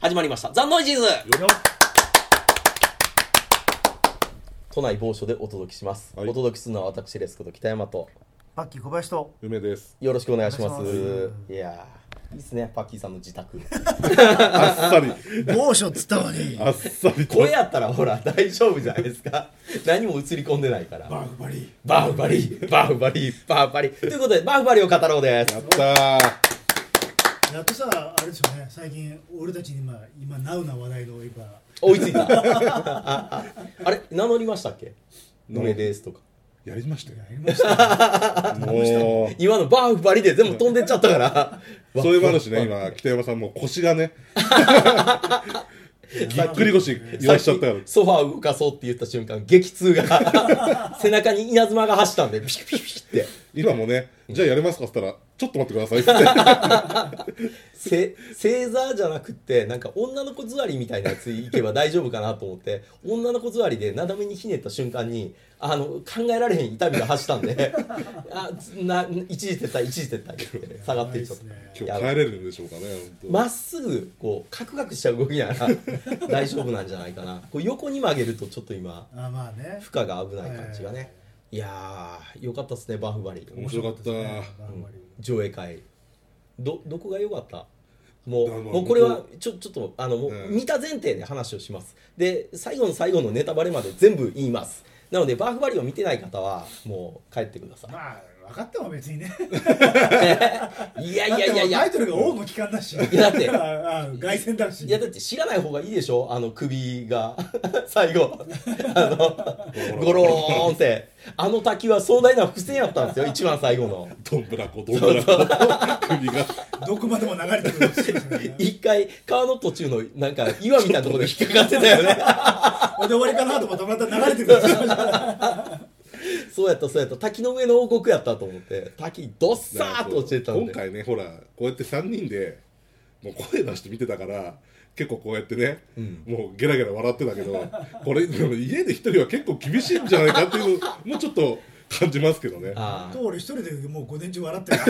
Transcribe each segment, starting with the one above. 始まりました。ザ・ノイジーズよ都内某所でお届けします、はいお届けするのは私レスこと北山とパッキー小林と梅です。よろしくお願いしますお願いしいやーいいですねパッキーさんの自宅あっさり、某所っつったのにあっさりと。これやったらほら大丈夫じゃないです か何も映り込んでないからバーバリバーバリーバーバリーバーバリーということでバーバリーを語ろうですやったやっとさあれですよね最近俺たちに今今ナウな話題の今追いつい たあれ名乗りましたっけうん梅ですとかー。やりましたよや。りましたねもう。今のバーバリーで全部飛んでっちゃったからそういう話ね、今、北山さんも腰が ね、ぎっくり腰揺らしちゃったからさっき。ソファー動かそうって言った瞬間激痛 が背中に稲妻が走ったんでピキピキピキって今もね、じゃあやれますかって言ったら、ちょっと待ってくだ さいって。せ正座じゃなくってなんか女の子座りみたいなやつ行けば大丈夫かなと思って女の子座りでなだめにひねった瞬間にあの考えられへん痛みが走ったんで あな一時撤退一時撤退って言って下がっていっちゃっやばいっすねた。今日帰れるんでしょうかね、本まっすぐこうカクカクした動きなら大丈夫なんじゃないかなこう横に曲げるとちょっと今あまあね負荷が危ない感じがね、いやーよかったっすねバフバリ面白かったあんまり上映会どどこが良かったもうあのもうこれはちょちょっとあのもううん見た前提で話をしますで最後の最後のネタバレまで全部言いますなのでバーフバリを見てない方はもう帰ってくださまあ分かっても別にね いいやいやいやいタやイトルが王の期間だしいやだって凱旋だしいやだって知らない方がいいでしょあの首が 最後あのゴローンってあの滝は壮大な伏線やったんですよ一番最後の当。どんぶらこ、どんぶらこ。首が。どこまでも流れてくる らしいですよね一回川の途中のなんか岩みたいなところで引っかかってたよねほんで終わりかなと思ったらまた流れてくるらしいですよねそうやったそうやった滝の上の王国やったと思って滝どっさーっと落ちてたん今で回ね、ほら、こうやって3人で、もう声出して見てたから、結構こうやってね、もうゲラゲラ笑ってたけど、これ、でも家で一人は結構厳しいんじゃないかっていうのもうちょっと感じますけどね。あと俺一人でもう午前中 笑ってる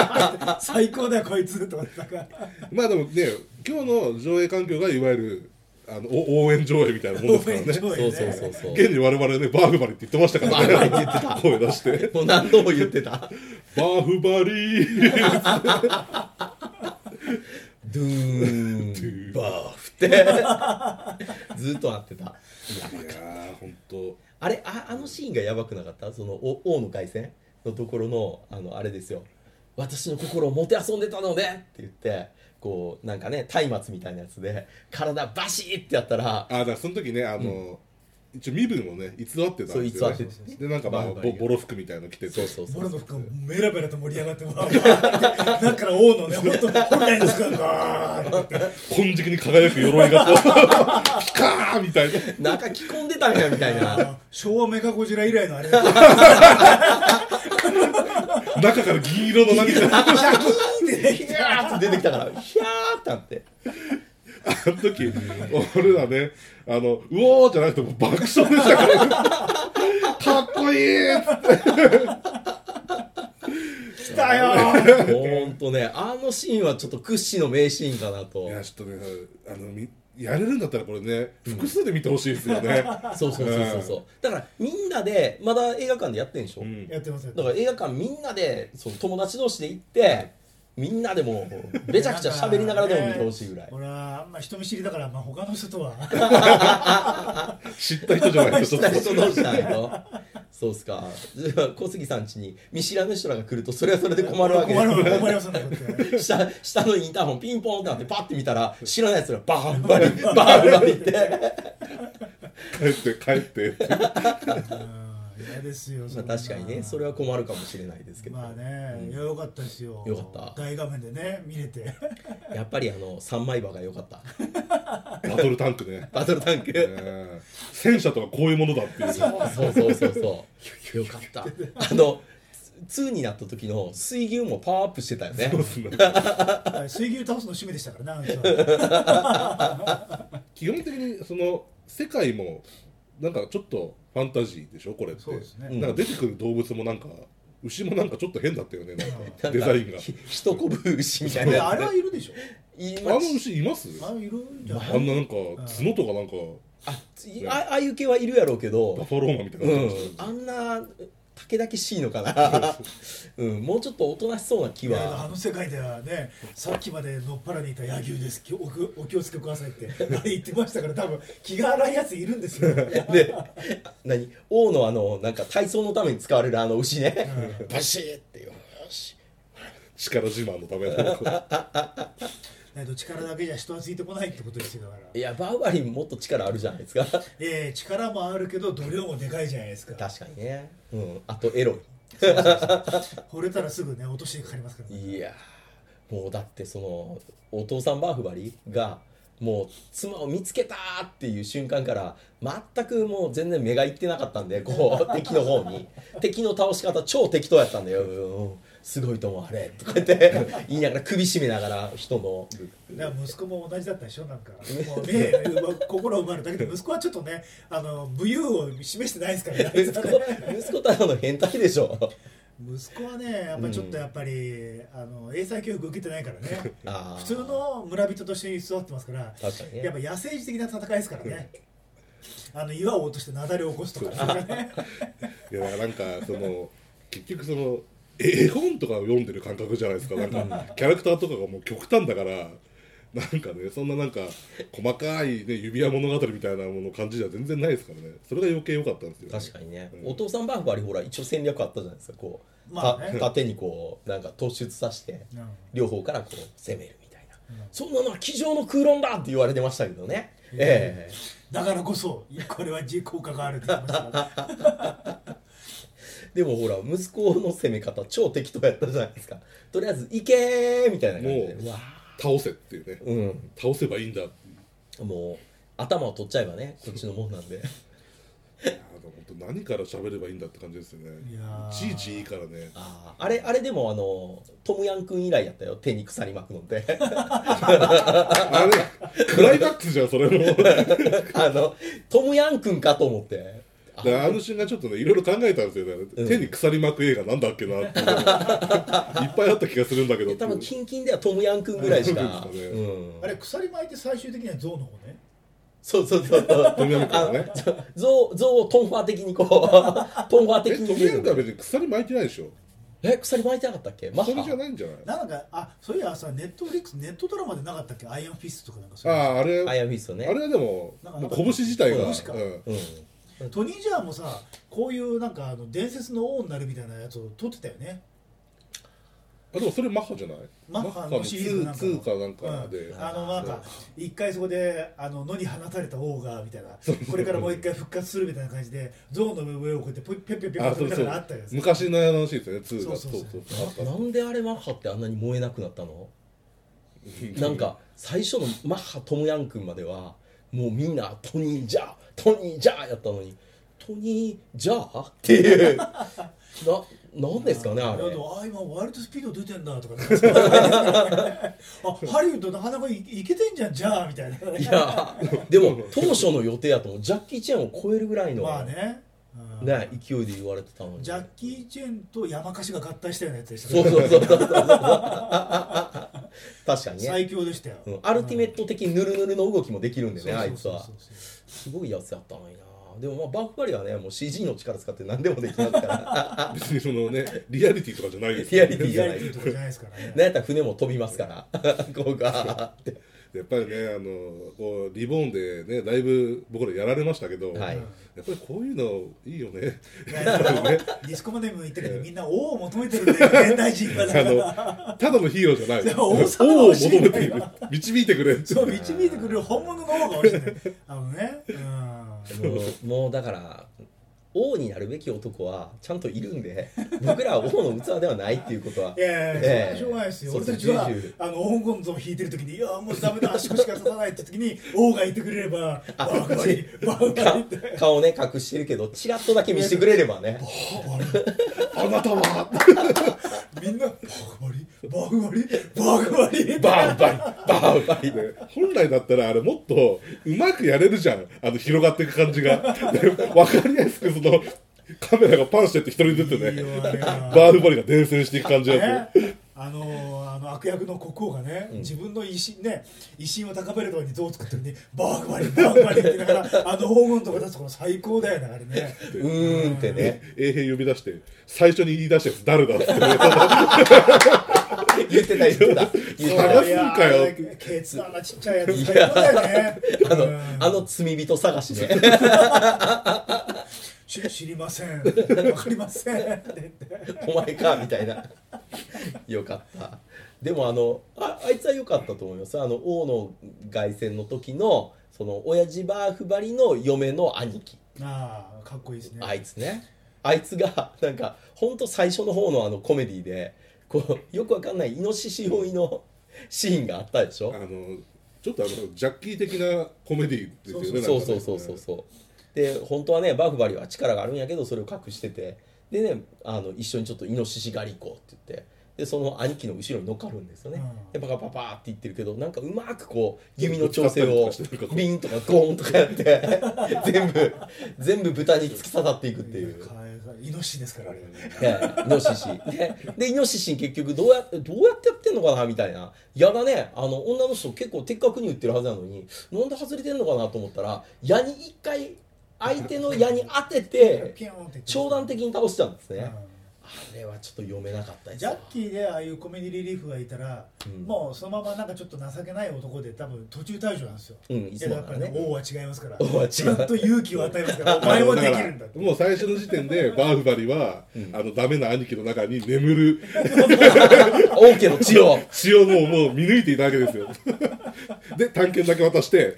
最高だよこいつとかなんかまあでもね、今日の上映環境がいわゆるあのお応援上映みたいなものですからね。あ上映そうそうそうそう現に我々ね、バーフバリって言ってましたからね。バーフバリって言ってた声出して。もう何度も言ってたバーフバリー。ドゥーンバーフってずっとなってたいやー、ほんと。あれああのシーンがやばくなかったそのお王の凱旋のところのあのあれですよ私の心をもてあそんでたのでって言ってこうなんかね松明みたいなやつで体バシーってやったらあ、だからその時ね、あの、一応身分をね、偽ってたんですよ、ね。そう偽ってで、なんかまバあ、ーフバリボーがボロ服みたいなの着てて。そうそうそ俺うの服がメラメラと盛り上がってわーだから王 のね本当本来の服がガーッ金色に輝く鎧がこう、 ピカーみたいな。中着込んでたんやみたいなて昭和メカゴジラ以来のあれ中から銀色の何かが。ヒャーって出てきたから、ヒャーってなって。あの時、俺らね、あの、うおーじゃなくてもう爆笑でしたから、かっこいいっつって来たよーほんとね、あのシーンはちょっと屈指の名シーンかなとい。や、ちょっとね、あの、みやれるんだったらこれね、複数で見てほしいですよね。そうそうそうそうそう。だからみんなで、まだ映画館でやってんでしょ、うんやってますよだから映画館みんなで、その友達同士で行って、みんなでもう、べちゃくちゃ喋りながらでも見てほしいぐ らい。俺は、まあ、人見知りだから、まあ、他の人とは知った人じゃないと、ちょっと。人同士じゃないと。そうっすか。じゃあ小杉さん家に見知らぬ人らが来ると、それはそれで困るわけ 困るわ困りますんだって 下下のインターホンピンポンってなってパッて見たら知らないやつがバーンバリバーンバリって帰って、帰ってって。うん嫌ですよそまあんな確かにねそれは困るかもしれないですけど、まあね、いや良かったですよ良かった大画面でね見れ てやっぱりあの三枚刃が良かったバトルタンクね。バトルタンク、うん戦車とはこういうものだっていう。 そうそうそうそう良かったあのツ2になった時の水牛もパワーアップしてたよね はい水牛倒すの趣味でしたからねあの人は基本的に、その、世界も、なんかちょっとファンタジーでしょ、これって。そうですねなんか出てくる動物もなんか、牛もなんかちょっと変だったよね、なんうんか、デザインが。ひ一コブ牛みたいいなやあやれはいるでしょいあまのあ牛いますあいるんじゃないあんななんかん角とかなんかいあああいう系はいるやろうけバど、ファローマンみたいなう感んじ、あんな竹だけしいのかな、うん、もうちょっとおとなしそうな気いやあはの世界ではねさっきまでのっぱらにいた野球ですきおくお気をつけくださいってあれ言ってましたから多分気が荒いやついるんですよで何王のあのなんか体操のために使われるあの牛ね、バシーっていうよし力自慢のためのねと力だけじゃ人はついてこないってことですよだからいやバーバリーもっと力あるじゃないですか確えー、力もあるけど度量もでかいじゃないですかかにね、うん、あとエロ惚れたらすぐね落としにかかりますから、いいやーもうだってそのお父さんバーフバリがもう妻を見つけたーっていう瞬間から全くもう全然目がいってなかったんでこ う敵の方に敵の倒し方超適当やったんだよ、うんすごいと思われとか言って 言いながら首絞めながら人のだから息子も同じだったでしょなん かもうね奪う心を奪われたけど息子はちょっとねあの武勇を示してないですからねあい息つは子ね息子ただの変態でしょ息子はねやっぱりちょっとやっぱり、あの英才教育受けてないから ね あー普通の村人として育ってますから確かにねやっぱ野生児的な戦いですか らねあの岩を落として雪崩を起こすとかねいやなんかその結局その絵本とかを読んでる感覚じゃないですかなんかキャラクターとかがもう極端だからなんかねそんななんか細かい、ね、指輪物語みたいなもの感じじゃ全然ないですからねそれが余計良かったんですよ、ね、確かにね、うんお父さんバーフバリほら一応戦略あったじゃないですかこう、まあねた縦にこうなんか突出させて、うん両方からこう攻めるみたいな、そんなのは机上の空論だって言われてましたけどね、ええ だからこそこれは実効果があるって言ってましたから でもほら息子の攻め方超適当やったじゃないですかとりあえず「行け!」みたいな感じでもううわ倒せっていうね、うん倒せばいいんだっていうもう頭を取っちゃえばねこっちのもんなんでいやでも本当何から喋ればいいんだって感じですよねいやーいちいちいいからねあーあれあれでもあのトムヤン君以来やったよ手に鎖巻くのって あれクライマックスじゃんそれもだかあのトムヤン君かと思ってあらあの瞬間ちょっとねいろいろ考えたんですよね、うん手に鎖巻く映画なんだっけなっ ていうのがいっぱいあった気がするんだけど多分キンキンではトムヤン君ぐらいしか、うんうんあれ鎖巻いて最終的には象の方ねそうそうそうそうトムヤムクンがね象象をトンファー的にこう トンファーえ的にトム見えるヤムんクンだよは別に鎖巻いてないでしょえ鎖巻いてなかったっけマそれじゃッハないんじゃないなんかあそういやさネットフリックスネットドラマでなかったっけアイアンフィストとかなんかそういうあああれアイアンフィストねあれはでもなんかもう拳自体が、拳かうんうんトニー・ジャーもさこういうなんかあの伝説の王になるみたいなやつを撮ってたよねあでもそれマッハじゃないマッハのシリーズなんかの2かなんかで、うんあのなんか一回そこであの野に放たれた王がみたいなこれからもう一回復活するみたいな感じで象の上をこうやってポイペッペッペッあペそッうペそッあっうたやつ昔の話ですよね2がそそううそそううそうあったなんであれマッハってあんなに燃えなくなったのなんか最初のマッハトムヤン君まではもうみんなトニー・ジャートニー・ジャーやったのにトニー・ジャーっていうななんですかねあいやれでもあ今ワイルドスピード出てんだとかあハリウッドなかなかいいけてんじゃんじゃあみたいないやでも当初の予定やともうジャッキー・チェンを超えるぐらいの、まあね,、うん、ね勢いで言われてたのにジャッキー・チェンと山鹿氏が合体したようなやつでしたねそうそうそうそうそう確かにね、最強でしたよ、うん、アルティメット的ヌルヌルの動きもできるんでねあいつそうそうはそうそうすごいやつやったのになでもまあバッフバリはねもう CG の力使って何でもできますから別にそのねリアリティとかじゃないですリアリティリじゃアなリいティとかじゃないですからね何やったら船も飛びますから こうガーってやっぱりねあのこうリボーンでねだいぶ僕らやられましたけど、はいやっぱりこういうのいいよね いやでもディスコマネーム言ったけどみんな王を求めてるんだよ現代人はあだからのただのヒーローじゃ ないでも王様王を欲しい求めている導いてくれってそう導いてくれる本物の王が欲しいんだよあのねうんもうもうだから王になるべき男はちゃんといるんで僕らは王の器ではないっていう ことはいやいや、それはしょうがないですよ、ええ俺たちはそうそうあの黄金像を弾いてる時に、いや、もうダメだ、足腰が立たないって時に、王がいてくれれば、バーカリ、バーカリって、か顔ね隠してるけどチラッとだけ見せてくれればねあなたはみんな、バーカリ、バーカリ、バーカリ、 バンバンバンバンね本来だったらあれもっとうまくやれるじゃんあの広がっていく感じが 分かりやすくそのカメラがパンしてって一人ずついいねよあれはバーフバリが伝染していく感じだとねあのーあの悪役の国王がね、自分の威信ね威信を高めるために像を作ってるのにバーグバリバーグバリって言いながらあの黄金とか出すところ最高だよねあれねうーんってね衛兵呼び出して最初に言い出したやつ誰だっつってね 言ってた言ってた言って探たすんかいよやケツ穴ちっちゃいやつ最高だよねあのうんあの罪人探しねし知りませんわかりませんって言って お前かみたいなよかったでもあのああいつは良かったと思いますあの王の凱旋の時のその親父バーフバリの嫁の兄貴ああかっこいいですねあいつねあいつがなんかほんと最初の方のあのコメディでこうよくわかんないイノシシ追いのシーンがあったでしょあのちょっとあのジャッキー的なコメディですよねそうそうそうそうそうで本当はねバフバリは力があるんやけどそれを隠しててでねあの一緒にちょっとイノシシ狩り行こうって言ってでその兄貴の後ろに乗っかるんですよね、うんでパカパパーって言ってるけどなんかうまくこう弓の調整をビンとかゴーンとかやって全部全部豚に突き刺さっていくっていう。かわいそうイノシシですからあれねイノシシででイノシシ結局どうやどうやってやってんのかなみたいな矢がねあの女の人結構的確に打ってるはずなのになんで外れてんのかなと思ったら矢に一回相手の矢に当てピてョンって長弾的に倒しちゃうんですね、うんあれはちょっと読めなかったですジャッキーでああいうコメディリリーフがいたら、もうそのままなんかちょっと情けない男で多分途中退場なんですよ、うんいいつやもだなかららねね王は違いますから王は違うちゃんと勇気を与えますからお前もできるんだってもう最初の時点でバーフバリは、あのダメな兄貴の中に眠る王家の血を血をもうもう見抜いていたわけで すよで探検だけ渡して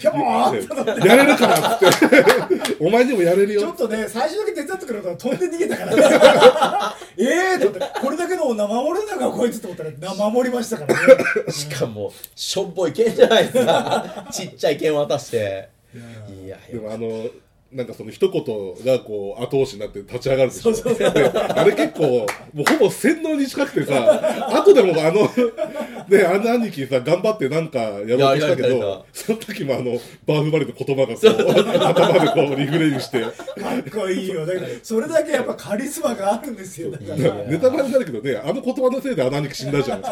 ピョーンって「やれるから!」っつって「 お前でもやれるちょよっとね最初だけ手伝ってくれたら飛んで逃げたからねええと思ってこれだけの女守れんのかこいつと思ったらな守りましたからねしかもしょっぽい剣じゃないですかちっちゃい剣渡していや」でもあのなんかその一言がこう後押しになって立ち上がるでしょそうそうであれ結構もうほぼ洗脳に近くてさ後でもあのねあの兄貴さ頑張ってなんかやろうとしたけいややりたいやりどその時もあのバーフバリの言葉がこう頭でこうリフレインして。かっこいいよだからそれだけやっぱカリスマがあるんですよだからいやネタバレになるけどね、あの言葉のせいであの兄貴死んだじゃん。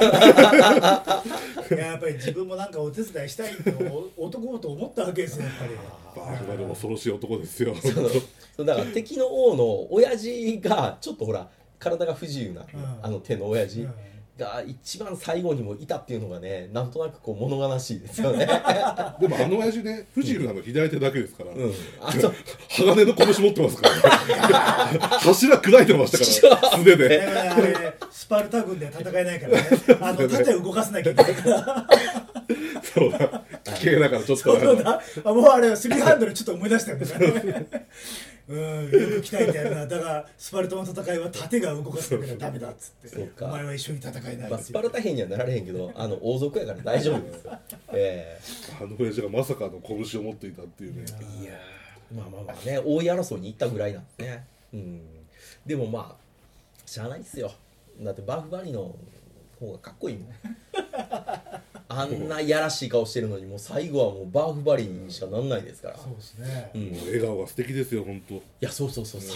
いややっぱり自分もなんかお手伝いしたいってお男と思ったわけですよやっぱりバーフバリも恐ろしい男ですよ。そのそうだから敵の王の親父がちょっとほら体が不自由な、んあの手の親父うんが一番最後にもいたっていうのがねなんとなくこう物悲しいですよね、でもあの親父ね、不自由なの左手だけですから、うん、あと鋼の拳持ってますから、 柱砕いてました から、素手だで。からあれスパルタ軍では戦えないからねあの盾を動かさなきゃいけないからそうだ、危険だからちょっとあそうの、だあもうあれスリーハンドルちょっと思い出したよねうんよく鍛えてやるなだがスパルタの戦いは盾が動かさなきゃダメだっつってそうかお前は一緒に戦えないまあ、スパルタ兵にはなられへんけどあの王族やから大丈夫 ですよ、えあの親父がまさかの拳を持っていたっていうね。えいやーまあまあまあね王位争いに行ったぐらいなんですね、うん、でもまあしゃあないっすよだってバーフバリの方がかっこいい もんあんないやらしい顔してるのにもう最後はもうバーフバリにしかなんないですから、そうですね、もう笑顔が素敵ですよ、本当。いやそうそうそう、さ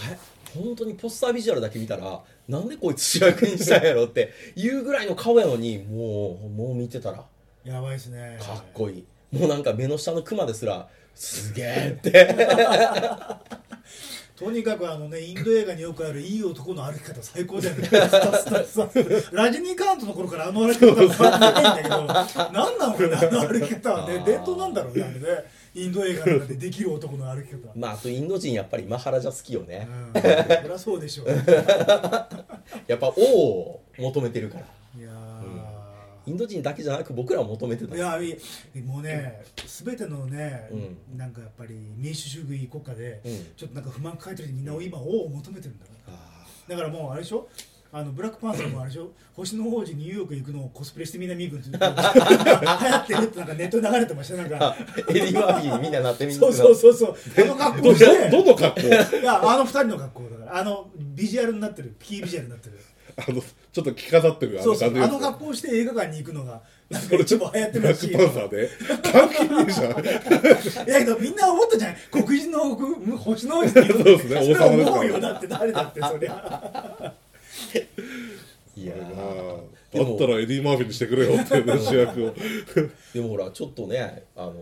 本当にポスタービジュアルだけ見たらなんでこいつ主役にしたんやろっていうぐらいの顔やのにもうもう見てたらやばいですねかっこいい、もうなんか目の下のクマですらすげえって とにかくあのねインド映画によくあるいい男の歩き方最高だよねスタスタスタスタラジニーカーントの頃からあの歩き方は変わってないんだけど何なのかねあの歩き方はね伝統なんだろうねあれねインド映画なんかでできる男の歩き方まああとインド人やっぱりマハラジャ好きよね、うんそりゃそうでしょういやっぱ王を求めてるからやインド人だけじゃなく僕らを求めてたーいやいいもうね全てのね、うなんかやっぱり民主主義国家で、うんちょっとなんか不満抱えてる人みんな今王を求めてるんだからだからもうあれでしょあのブラックパンサーもあれでしょ星の王子ニューヨーク行くのをコスプレしてみんな見に行くんですよ流行ってるってなんかネットに流れてましたよなんあかエディ・マーフィーにみんななってみんなそうそうそうそうあの格好ど、してどどの格好 いやあの二人の格好だからあのビジュアルになってるキービジュアルになってるあの、ちょっと着飾ってるあそのうそう感あじの格で好して映画館に行くのがなんか一番流行ってす。るブラらッしいク パンサーで関係ねえじゃん。いやけどみんな思ったじゃん黒人の国星の王子って 言そうですね王様ですから思うよだって誰だってそりゃいやーまああったらエディ・マーフィンにしてくれよって、 ね、主役を でもほらちょっとねあの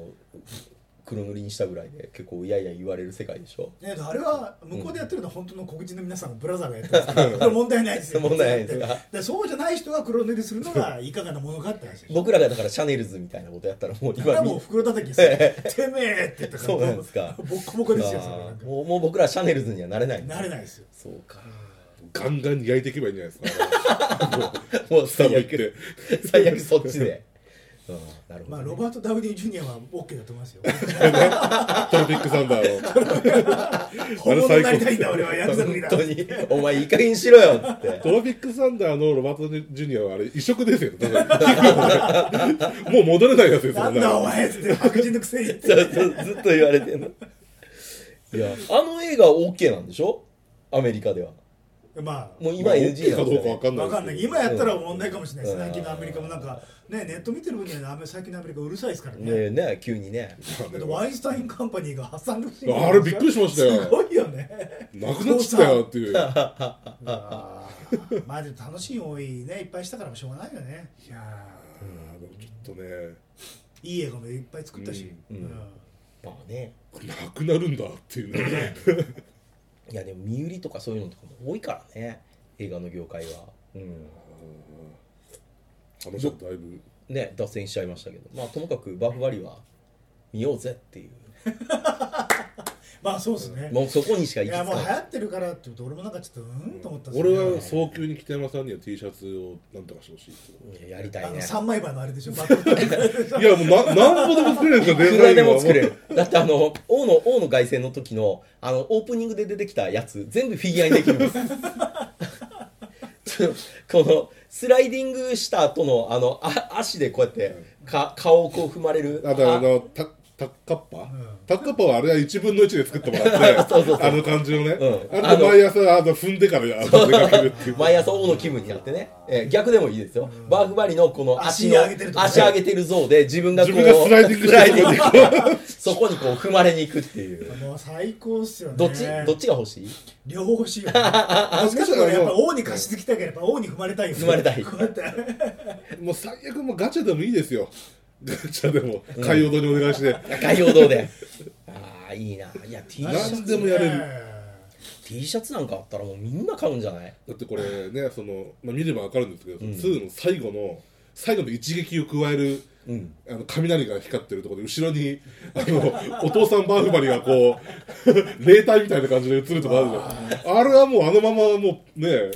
黒塗りにしたぐらいで結構いやいや言われる世界でしょねあれは向こうでやってるのは本当の黒人の皆さんのブラザーがやってますからこれ問題ないですよ問題ないですかでそうじゃない人が黒塗りするのがいかがなものかって話でしょ僕らがだからシャネルズみたいなことやったらもうだか今らみもう袋叩きですよてめえって言ったからそうなんですかボッコボコですよそれなあんーかもうもう僕らシャネルズにはなれないなれないですよそうかガンガンに焼いていけばいいんじゃない ですかもうスタ最バ行って悪最悪そっち でうんなるほどね、まあロバート・ダウニー・ジュニアは OK だと思いますよトロピックサンダーの本物になりたいんだ俺は役作りだ本当にお前いい加減にしろよっつってトロピックサンダーのロバート・ジュニアはあれ異色ですよだから もう戻れないやつですなよんだお前っつって白人のくせにってずっとずっと言われてんのいやあの映画は OK なんでしょアメリカではまあもう今まあ NG かなんどでうすかよわかんないわかんない今やったら問題かもしれないですうん最近のアメリカもなんかねネット見てる分にはアメ最近のアメリカうるさいですからねねえねえ急にねだってワインスタインカンパニーが破産のシあれびっくりしましたよすごいよねなくなっちゃったよっていうあーまあでも楽しい多いねいっぱいしたからもしょうがないよねいやあーでもちょっとねーいい映画もいっぱい作ったし、うんまあねこれなくなるんだっていうねいやでも身売りとかそういうのとかも多いからね映画の業界はうん話はだいぶね脱線しちゃいましたけどまあともかくバフバリは見ようぜっていうまあそうですね、もうそこにしかい行きや着もうか流ない行ってるからって言うと俺もなんかちょっとうんと思ったんですよ俺ねは早急に北山さんには T シャツをなんとかしてほしいってうんやりたあいのね三枚刃のあれでしょバトルトークいやもう ななんぼでも作れるんですよいくらでも作れるだってあの王の王の凱旋の時のあのオープニングで出てきたやつ全部フィギュアにできるん ですちょこのスライディングした後のあのあ足でこうやってか顔をこう踏まれるあとあのたタッカッパ、タッカッパはあれは1分の1で作ってもらって そうそうそうあの感じをね、うんあれで毎朝あの踏んでからあの出かけるっていう 毎朝王の気分になってね、えー逆でもいいですよ、バーフバリのこの足の足上げてるとこね足上げてる像で自分がこう自分がスライディングしてるとこにスライディングそこにこう踏まれに行くっていう もう最高っすよねどっちどっちが欲しい両方欲し いよ、ね、もしかしたらやっぱ王に貸し付きたければ王に踏まれたいよ、ね、踏まれたいこうやってもう最悪もうガチャでもいいですよガチャでも海洋堂にお願いして、概要堂でああいいないや T シャツ何でもやれるね T シャツなんかあったらもうみんな買うんじゃないだってこれねその、まあ、見れば分かるんですけど、2の最後の最後の一撃を加える、あの雷が光ってるところで後ろにあのお父さんバーフバリがこう 霊体みたいな感じで映るとこあるじゃんあれはもうあのままもうね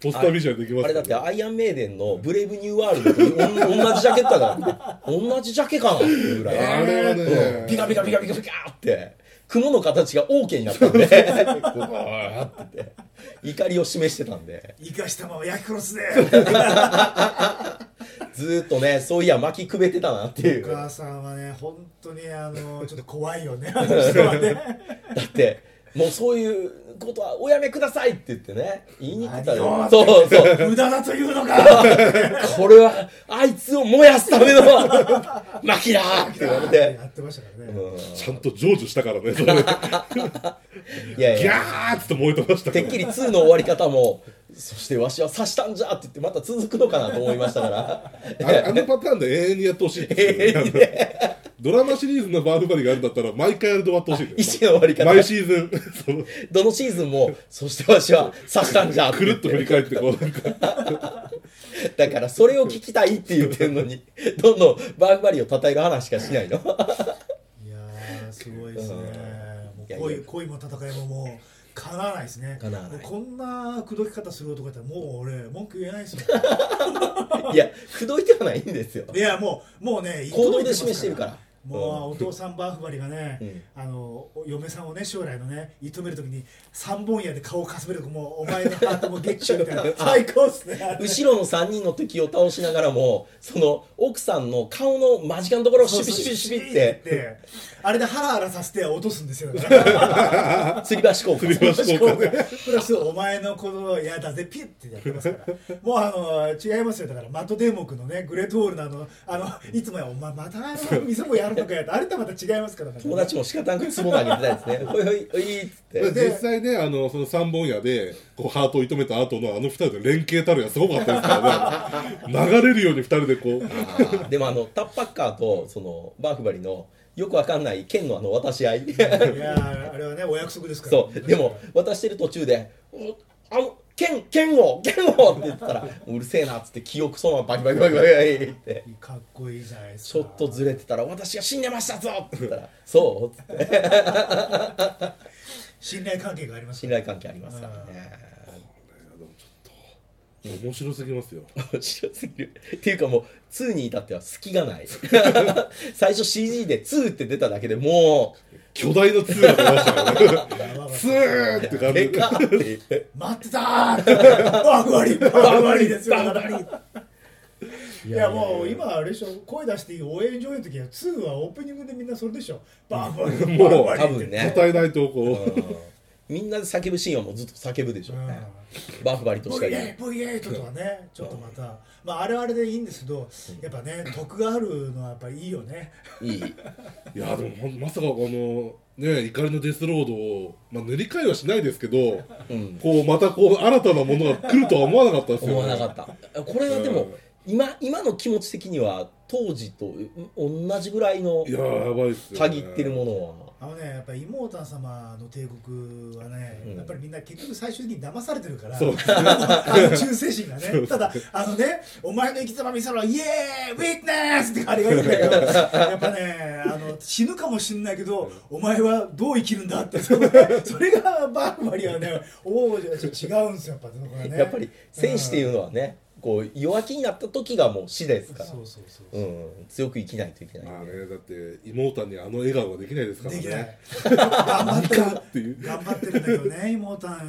ポスタービジュアルできますあれだってあアイアンメイデンの「ブレイブニューワールド」とおん同じジャケットだから同じジャケかなっていうぐらい、れはうんねピカピカピカピカピカって雲の形が OK になったんでこうわーって怒りを示してたんで生かしたまま焼き殺すぜずーっとねそういや巻きくべてたなっていおうだ母さんはね本当にあのちょっと怖いよ ねあの人はねってもうそういうことはおやめくださいって言ってね言いに行ってたで何をそうそう無駄だというのかこれはあいつを燃やすための 巻きだーって言われてやってましたからね、ちゃんと成就したからね それでいやいギやャーッつって燃えてましたかてらっきり2の終わり方もそしてわしは刺したんじゃって言ってまた続くのかなと思いましたからああのパターンで永遠にやってほしいですよねドラマシリーズのバーフバリがあるんだったら毎回あれで終わってほしいです一の終わり方毎シーズンそのどのシーズンもそしてわしは刺したんじゃってく言るっっとて振り返ってこうなんかだからそれを聞きたいって言ってんのにどんどんバーグバリを称える話しかしないのいやーすごいですねもいうやい恋や恋も戦いももう叶わないですね叶わないもうこんな口説き方する男やったらもう俺文句言えないですよいや口説いてはないんですよいやもうもうね行動で示してるからもうお父さんバーフバリがね、あのお嫁さんをね将来のね射止めるときに三本矢で顔をかすめるともうお前のハートもゲッチュ みたいな最高っすね後ろの3人の敵を倒しながらもその奥さんの顔の間近のところをシビシビシビってあれでハラハラさせて落とす んですよだから吊り橋効果振り回し効果でプラスお前のこのやだぜピュってやってますからもうあの違いますよだからマットデーモクのねグレートウォールのあのあのいつもやお前またあの店もやるとかやとあれとはまた違いますからね友達も仕方なくツボ投げてたやつね。ほいほい、ほいっつって。実際ね、あの、その三本矢で、こう、ハートを射止めた後のあの二人で連携たるやすごかったですからね。流れるように二人でこう、 でもあのタッパッカーとそのバーフバリのよくわかんない剣のあの渡し合いいやーあれはねお約束ですからそうでも渡してる途中で「おあの剣剣を剣を!」って言ったら「うるせえな」っつって記憶そのままバキバキバキバキってかっこいいじゃないですかちょっとずれてたら「私が死んでましたぞ!」って言ったら「そう」っつって信頼関係があります信頼関係ありますからね面白すぎますよ。面白すぎるっていうかもう2に至っては隙がない最初 CG で「2」って出ただけでも巨大なツーが出ました やからね。ばかっツーってう「感でじ。か!」っていうた待ってたーバフバリバフバリですよバフバリいやもう今あれでしょ声出していい応援上映の時は2はオープニングでみんなそれでしょバフバリもうバフバリ多分ね答えないとこう、みんなで叫ぶシーンはもうずっと叫ぶでしょうね。バフバリとしか言 V8 とかねちょっとまた、まあ、あれはあれでいいんですけどやっぱね得があるのはやっぱいいよねいい。いやでもままさかこのね怒りのデスロードを、まあ、塗り替えはしないですけど、うんこうまたこう新たなものが来るとは思わなかったですよ、ね、思わなかった。これはでも、うん今今の気持ち的には当時とうん同じぐらいのいやーやばいっすよ、たね、ぎってるものは。あのねやっぱり妹様の帝国はね、うんやっぱりみんな結局最終的に騙されてるからそうあの忠誠心がそうねただあのねお前の生き様見せろイエーイウィッネスってあれがいいんだけどやっぱねあの死ぬかもしれないけどお前はどう生きるんだってそ のそれがバーバリはね王女と違うんですよやっぱそこがねやっぱり戦士っていうのはね、こう弱気になった時がもう死ですから。そうそうそうう、ん、強く生きないといけない まあんで。ねだって妹にあの笑顔ができないですからでねきない頑張ってるっていう頑張ってるんだけどね妹様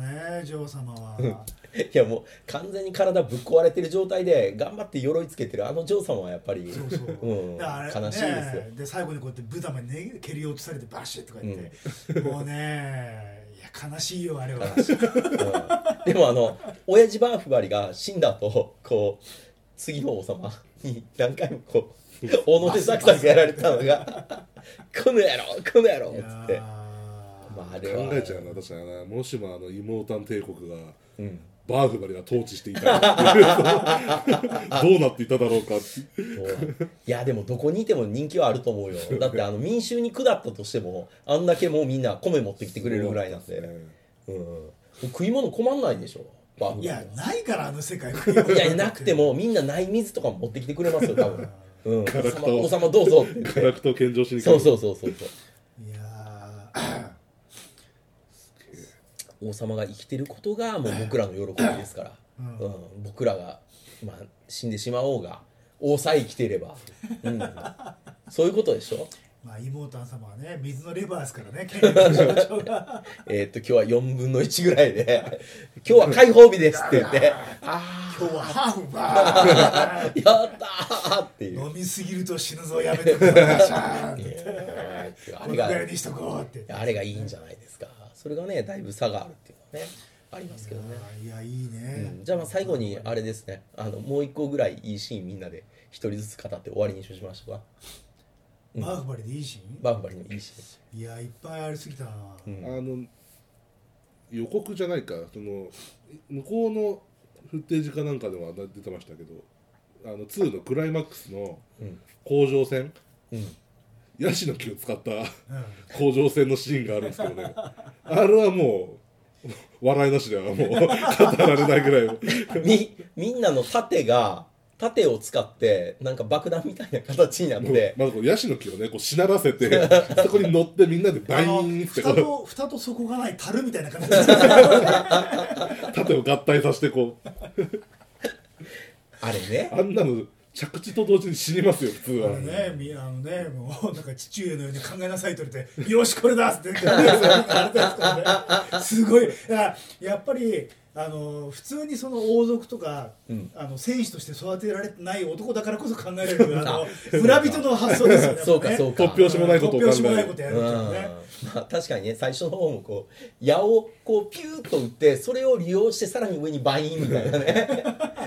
ね女王様は。いやもう完全に体ぶっ壊れてる状態で頑張って鎧つけてるあのジョー様はやっぱりそうそううん、だからあれ悲しいですよね。で最後にこうやって豚まで、ね、蹴り落とされてバシッとか言って、もうねいや悲しいよあれはうんでもあの親父バーフバリが死んだとこう次の王様に何回もこう大野手サクサクやられたのが「この野郎この野郎」いっやつってーまああれは考えちゃうな確かにねもしもあの妹帝国がうん、バーフバリが統治していたらっていう どうなっていただろうかっていうそういやでもどこにいても人気はあると思うよだってあの民衆に下ったとしてもあんだけもうみんな米持ってきてくれるぐらいなんで、ねうん、もう食い物困んないでしょバーフバいリはやないからあの世界いやなくてもみんなない水とかも持ってきてくれますよ多分、うん、ガラクタを王様どうぞって言っ ガてラクタを献上しにそううそうそうそうそういや王様が生きてることがもう僕らの喜びですから、うんうん僕らが、まあ、死んでしまおうが王さえ生きていれば、うん、そういうことでしょーまあ妹様はね水のレバーですからね権力の象徴 がえーっと今日は4分の1ぐらいで「今日は解放日です」って言って「あ今日はハーフバ あやったー!」っていーう。飲みすぎると死ぬぞやめてくださいあこのれぐがらいにしとこうってあれがいいんじゃないですかそれがねだいぶ差があるっていうのはねありますけどねあーいやいいね、じゃあまあ最後にあれですねあのもう一個ぐらいいいシーンみんなで一人ずつ語って終わりにしましょうかバーフバリでいいシーバーフバリのいいシーンいやいっぱいありすぎたな、ン、うんあの予告じゃないかその向こうのフッテージかなんかでは出てましたけどあの2のクライマックスのうん甲状戦うんヤシの木を使ったうん甲状戦のシーンがあるんですけどねあれはもう笑いなしではもう語られないぐらいみみんなの盾が盾を使ってなんか爆弾みたいな形になってまずこのヤシの木をねこうしなら せてそこに乗ってみんなでバイーンってあの蓋こと蓋と底がない樽みたいな 感じう盾を合体させてこうあれねあんなの着地と同時に死にますよ普通あはの。ねみあのねもうなんか父上のように考えなさいと言われて「よしこれだ!」って言ってあれですからねすごいだからやっぱりあの普通にその王族とか、うんあの戦士として育てられてない男だからこそ考えられるあのそうか村人の発想ですよねそうかやっぱねそうか突拍子もないことを考える突拍子もないことやるうんっていうねまあ、確かにね最初の方もこう矢をこうピューッと打ってそれを利用してさらに上にバインみたいなね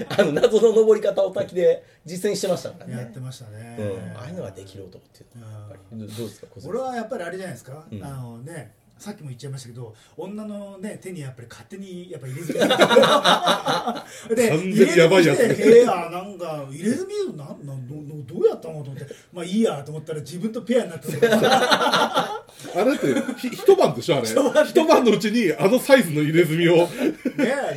あの謎の登り方を滝で実践してましたからやっねて、ましたね、うん、ああいうのができる男っていうのはやっぱりどどうですか小杉さん俺はやっぱりあれじゃないですか、うんあのねさっきも言っちゃいましたけど女の、ね、手にやっぱり勝手にやっぱ入れ墨 で完全にやばいやつ入れ墨してえーあなんか入れ墨なんなんどどどうやったのと思ってまあいいやと思ったら自分とペアになって たからあれってひ一晩でしょ あれ一晩のうちにあのサイズの入れ墨をね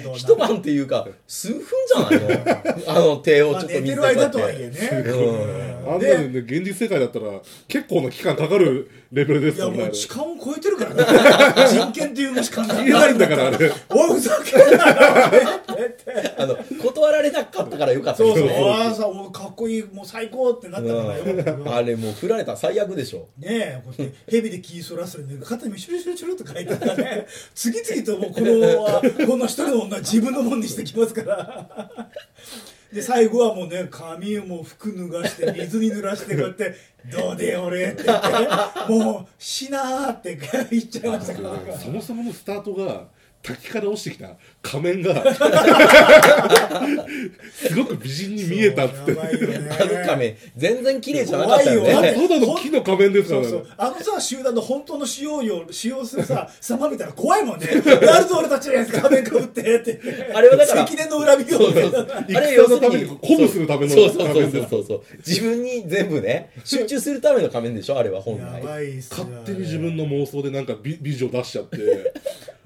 どうな一晩っていうか数分じゃない のあの手をまあちょっ寝とて水る間とかはっいてえねうあんなのでね現実世界だったら結構な期間かかるレベルでいすやよねもあうれ時間を超えてる からね人権っていうのしか言えないんだからあれおいふざけん なよあの断られなかったからよかったそうそうですねああさもうかっこいいもう最高ってなったからよかったけうんどあれもう振られたら最悪でしょねえこうやって蛇でキーソラスルで肩にシュルシュルシュルと書いてあったね次々ともうこのこの一人の女は自分のもんにしてきますからで最後はもうね髪をもう服脱がして水に濡らしてこうやって「どうで俺」って言ってもう「しな」って言っちゃいましたからそもそものスタートが滝から落ちてきた仮面が すごく美人に見えたっつってやばいよねあの仮面全然綺麗じゃなかったよ怖いあよねそうだの木の仮面ですそからうねそうあのさ集団の本当の使用量使用するさ様見たら怖い もんねやるぞ俺たちのやつ仮面かぶってってあれはだから積年の恨みをそうそうそう戦のために鼓舞するためのそうそうそう仮面そうだそうそう自分に全部ね集中するための仮面でしょあれは本や来ばいっすよ勝ね手に自分の妄想でなんか美美女出しちゃって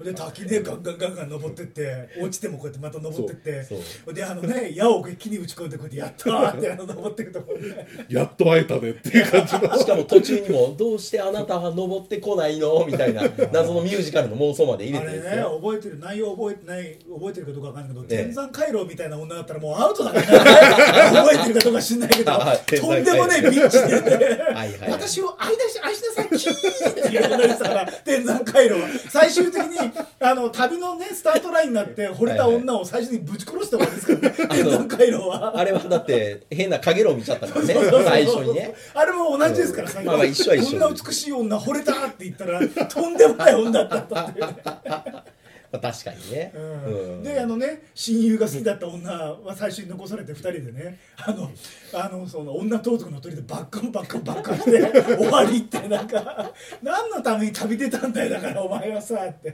で滝ねガンガンガンガン登ってって落ちてもこうやってまた登ってってそうであのね矢を木に打ち込んでこうやってやったーってあの登ってくところねやっと会えたねっていう感じのしかも途中にも「どうしてあなたは登ってこないの?」みた いな謎のミュージカルの妄想まで入あれてれですねよ覚えてる内容覚えてない覚えてるかどうかわかんないけど、ね天山回廊みたいな女だったらもうアウトだ から、ね、覚えてるかどうか知んないけどはいとんでもねえビッチで、ねはいはい私を愛し愛しなさいキーっていうことですから天山回廊は最終的にあの旅のねスタートラインになって惚れた女を最初にぶち殺したわけですから、ね、天山回廊は。あれはだって変な影を見ちゃったからね最初にねあれも同じですかうらん最まあまあ一緒は一緒こんな美しい女惚れたって言ったらとんでもない女だったっていうまあ確かにね、うんであのね親友が好きだった女は最初に残されて2人でねあのあのその女盗賊の鳥でバッカンバッカンバッカンして 終わりってなんか何のために旅出たんだよだからお前はさって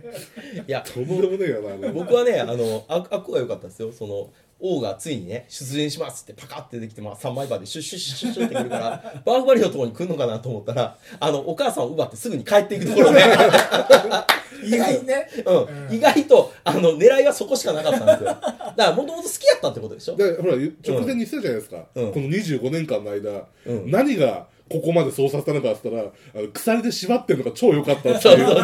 いやとんでもねえよなあれ僕はねあのああっこが良かったですよその王がついにね出陣しますってパカって出てきて、まあ、3枚刃でシュッシュッシュッシュッってくるからバーフバリのところに来るのかなと思ったらあのお母さんを奪ってすぐに帰っていくところ ね、意外にねうん意外とあの狙いはそこしかなかったんですよだからもともと好きやったってことでしょでほら直前に言ってたじゃないですか、うんこの25年間の間、うん何がここまでそうさせたのかっつったらあの鎖で縛ってるのが超良かったって そういうそう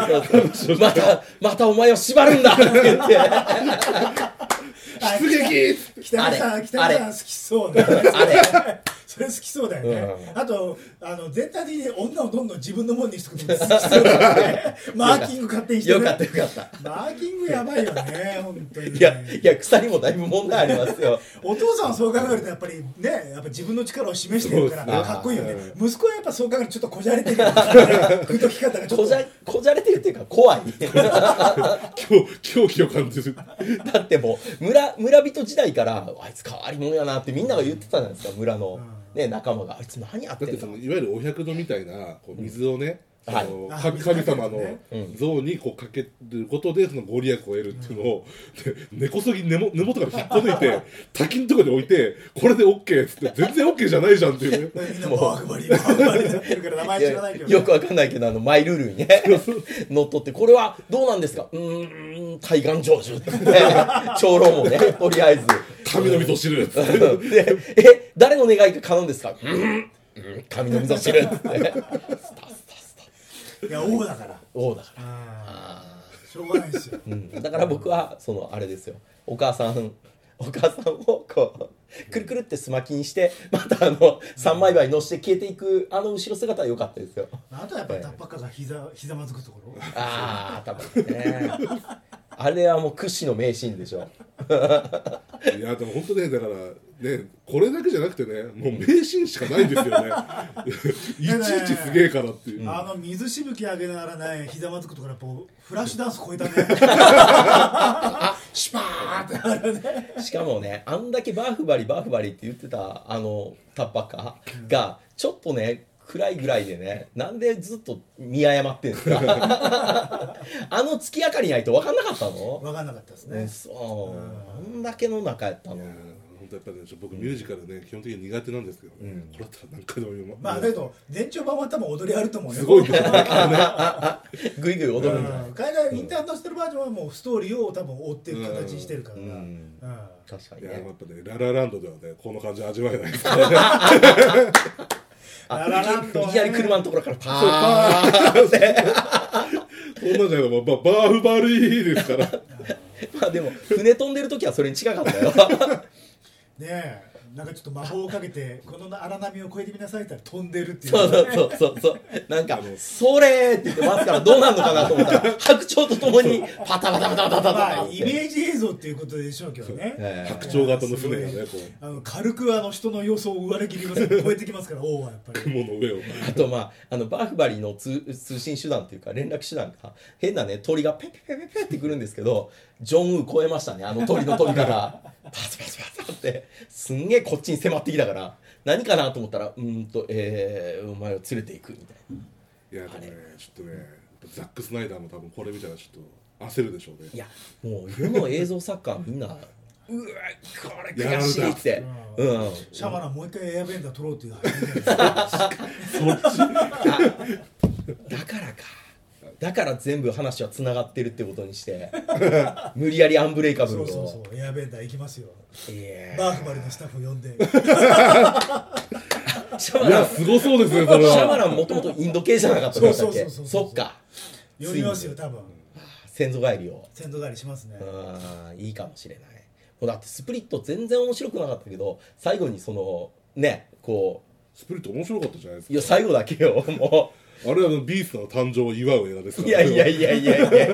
そうそうまたまたお前を縛るんだって言ってああ出撃北野さあんれ北野さん好きそうね れそれ好きそうだよね、うあとあの全体的に女をどんどん自分のもんにしてく るの好きそうだよねマーキング勝手にしてよねかったよかったマーキングやばいよね本当にねいやいや鎖もだいぶ問題ありますよお父さんはそう考えるとやっぱりねやっぱ自分の力を示してるからそうですねかっこいいよねう息子はやっぱそう考えるとちょっとこじゃれてるからね口説き方がちょこっじとゃこじゃれてるっていうか怖い狂狂気を感じるだってもう村村人時代からあいつ変わり者やなってみんなが言ってたじゃないですか村の、ね、仲間があいつ何やってだってんそののいわゆるお百度みたいなこう水をね、うんあのはい神あ神様のうん像にこうかけることでそのご利益を得るっていうのを、で根こそぎ根も根元から引っこ抜いて滝のとこに置いてこれで OK っつって全然 OK じゃないじゃんっていうねみんなバーフバリバーフバリになってるから名前知らないけどいやよくわかんないけどあのマイルールにね乗っ取ってこれはどうなんですかうーん対岸成就っ て言って長老もねとりあえず神の味噌汁っつってでえ誰の願いが叶うんですかうーんうーん神の味噌汁っ て言ってスタスタスタいや王だから王だからああーーしょうがないですようんだから僕はそのあれですよお母さんお母さんをこうくるくるってすまきにしてまたあの三枚刃に乗せて消えていくあの後ろ姿は良かったですよあとはやっぱりタッパッカが膝ひざまずくところああ多分ねあれはもう屈指の名シーンでしょいやでも本当ねだからねこれだけじゃなくてねもう名シーンしかないんですよね いちいちすげえからっていう、あの水しぶき上げながらねひざまずくところやっぱフラッシュダンス超えたねシュパーンってあれねしかもねあんだけバーフバリバーフバリって言ってたあのタッパカがちょっとね暗いぐらいでねなんでずっと見誤ってん すかあの月明かりないと分かんなかったの分かんなかったですうねんそうあんだけの中やったのいやー本当やっぱねちょ僕ミュージカルね基本的に苦手なんですけどね、これだったら何回でも読ままあだけど全長版は多分踊りあると思うよすごいけどねぐいぐい踊るんだうん海外インターナショナルバージョンはもうストーリーを多分追ってる形にしてるからな、ううんん確かにいやーやねっぱねララランドではねこの感じ味わえないですねあララランドねいきなり車のところからパーンそんなんじゃないのまあバーフバリーですから まあでも船飛んでる時はそれに近かったよねえなんかちょっと魔法をかけてこの荒波を越えてみなさいって言ったら飛んでるっていうそうそうそうそうそうなんか「それ!」って言ってますからどうなんのかなと思ったら白鳥とともにパタパタパタパタパタまあってイメージ映像っていうことでしょうけどね、ええ白鳥型の船がねこうあの軽くあの人の予想を上れ切りません超えてきます から王はやっぱり雲の上をあとまああのバーフバリの通通信手段というか連絡手段が変なね鳥がペペペペペってくるんですけどジョン・ウー超えましたねあの鳥の飛び方パツパツパツってすんげえこっちに迫ってきたから何かなと思ったらうーんとえー、お前を連れていくみたいないやでもねちょっとねザック・スナイダーも多分これ見たらちょっと焦るでしょうねいやもう世の映像作家はみんなうわこれ悔しいってうやん、シャマランもう一回エアベンダー取ろうっていう話ねそっちだからかだから全部話はつながってるってことにして 無理やりアンブレイカブルそをうそうそうエアベンダー行きますよいやーバーフバリのスタッフ呼 んでシャマいラやンすごそうですねそれシャマはランもともとインド系じゃなかったんだそっうそけうそうそうそっか呼びますよ多分先祖返りを先祖返りしますねあーいいかもしれないもうだってスプリット全然面白くなかったけど最後にそのねこスプリット面白かったじゃないですうかいや最後だけよもあれはあのビーストの誕生を祝う映画ですかうらいやいやいやいやいやいやい